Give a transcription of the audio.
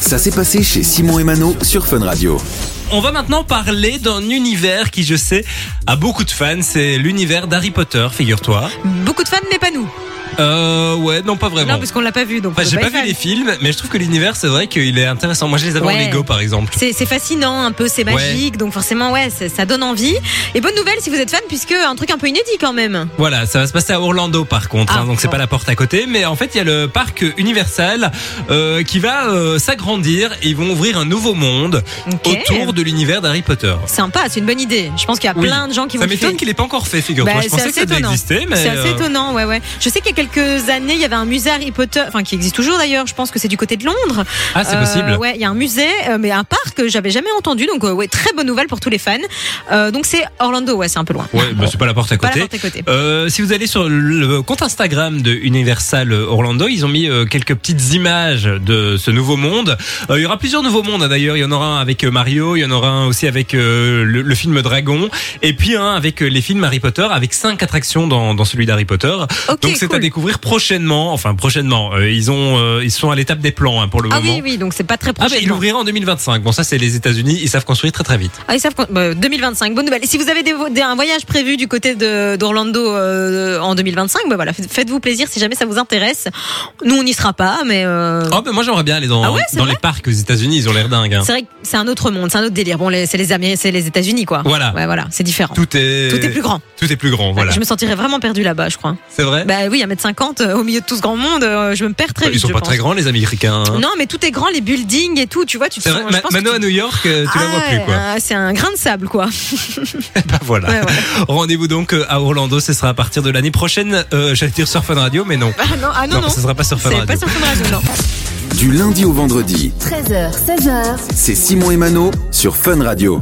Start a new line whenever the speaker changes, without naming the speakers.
Ça s'est passé chez Simon et Mano sur Fun Radio.
On va maintenant parler d'un univers qui, je sais, a beaucoup de fans. C'est l'univers d'Harry Potter, figure-toi.
Beaucoup de fans, mais pas nous.
Euh, ouais, non, pas vraiment.
Non, parce qu'on l'a pas vu, donc. on
Enfin,
peut
j'ai pas
être
vu
fan.
les films, mais je trouve que l'univers, c'est vrai qu'il est intéressant. Moi, je les avais en
Ouais.
Lego, par exemple.
C'est c'est fascinant, un peu, c'est magique, donc forcément, ouais, ça- ça donne envie. Et bonne nouvelle si vous êtes fan, puisque un truc un peu inédit quand même.
Voilà, ça va se passer à Orlando par contre,
Ah,
hein, donc c'est
bon.
pas la porte à côté, mais en fait il y a le parc Universal euh, qui va euh, s'agrandir et ils vont ouvrir un nouveau monde
Ok.
autour de l'univers d'Harry Potter.
Sympa, c'est une bonne idée. Je pense qu'il y a
Oui.
plein de gens qui
ça
vont kiffer.
m'étonne qu'il ait pas encore fait, figure-toi.
Bah,
je
c'est
pensais que
assez
ça devait
étonnant.
exister, mais
C'est assez
euh,
étonnant, ouais, ouais. Je sais qu'il y a quelques années, il y avait un musée Harry Potter, enfin qui existe toujours d'ailleurs. Je pense que c'est du côté de Londres.
ah c'est
Euh,
possible.
Ouais, il y a un musée, euh, mais un parc que j'avais jamais entendu. Donc, euh, ouais, très bonne nouvelle pour tous les fans. Euh, donc, c'est Orlando, ouais, c'est un peu loin.
Ouais, bah, c'est pas la porte à
Pas la
côté.
porte à côté.
Euh, si vous allez sur le compte Instagram de Universal Orlando, ils ont mis euh, quelques petites images de ce nouveau monde. Euh, il y aura plusieurs nouveaux mondes hein, d'ailleurs. Il y en aura un avec euh, Mario, il y en aura un aussi avec euh, le, le film Dragon, et puis un avec euh, les films Harry Potter, avec cinq attractions dans, dans celui d'Harry Potter.
Ok,
Donc c'est
cool.
à découvrir prochainement. Enfin prochainement. Euh, ils ont, euh, ils sont à l'étape des plans hein, pour le
Ah
moment.
oui, oui, donc c'est pas très
Ah ben il
prochainement.
ouvrira en 2025. Bon ça c'est les États-Unis, ils savent construire très très vite.
Ah, ils savent qu'on- bah, 2025, bonne nouvelle. Et si vous avez des, vo- des- un voyage prévu du côté de- d'Orlando euh, en 2025, bah voilà, faites- faites-vous plaisir si jamais ça vous intéresse. Nous, on n'y sera pas, mais euh,
Oh ben moi j'aimerais bien aller dans,
Ah ouais, c'est
dans
vrai
les parcs aux États-Unis. Ils ont l'air dingues. hein.
c'est vrai que c'est un autre monde, c'est un autre délire. Bon, les- c'est les Amériques, c'est les États-Unis, quoi.
Voilà.
Ouais, voilà, c'est différent.
Tout est
Tout est plus grand.
Tout est plus grand, voilà.
Je me sentirais vraiment perdu là-bas, je crois.
C'est vrai.
Bah oui, à mètre 50 euh, au milieu de tout ce grand monde, euh, je me perds très
Bah,
vite.
ils sont
je
pas
pense.
très grands les Américains. hein.
Non, mais tout est grand, les buildings et tout, tu vois, tu te
C'est vrai.
sens- je
Ma-
pense que
Mano
tu-
à New York, euh, tu la
Ah
vois plus
ouais,
quoi.
euh, c'est un grain de sable, quoi.
Bah, voilà.
Ouais, ouais.
Rendez-vous donc euh, à Orlando. Ce sera à partir de l'année prochaine. Euh, J'allais dire sur Fun Radio, mais non.
Ah non, ah non, non.
ce sera pas sur Fun
C'est
Radio.
pas sur Fun Radio, non.
Du lundi au vendredi,
13h, 16h.
c'est Simon et Mano sur Fun Radio.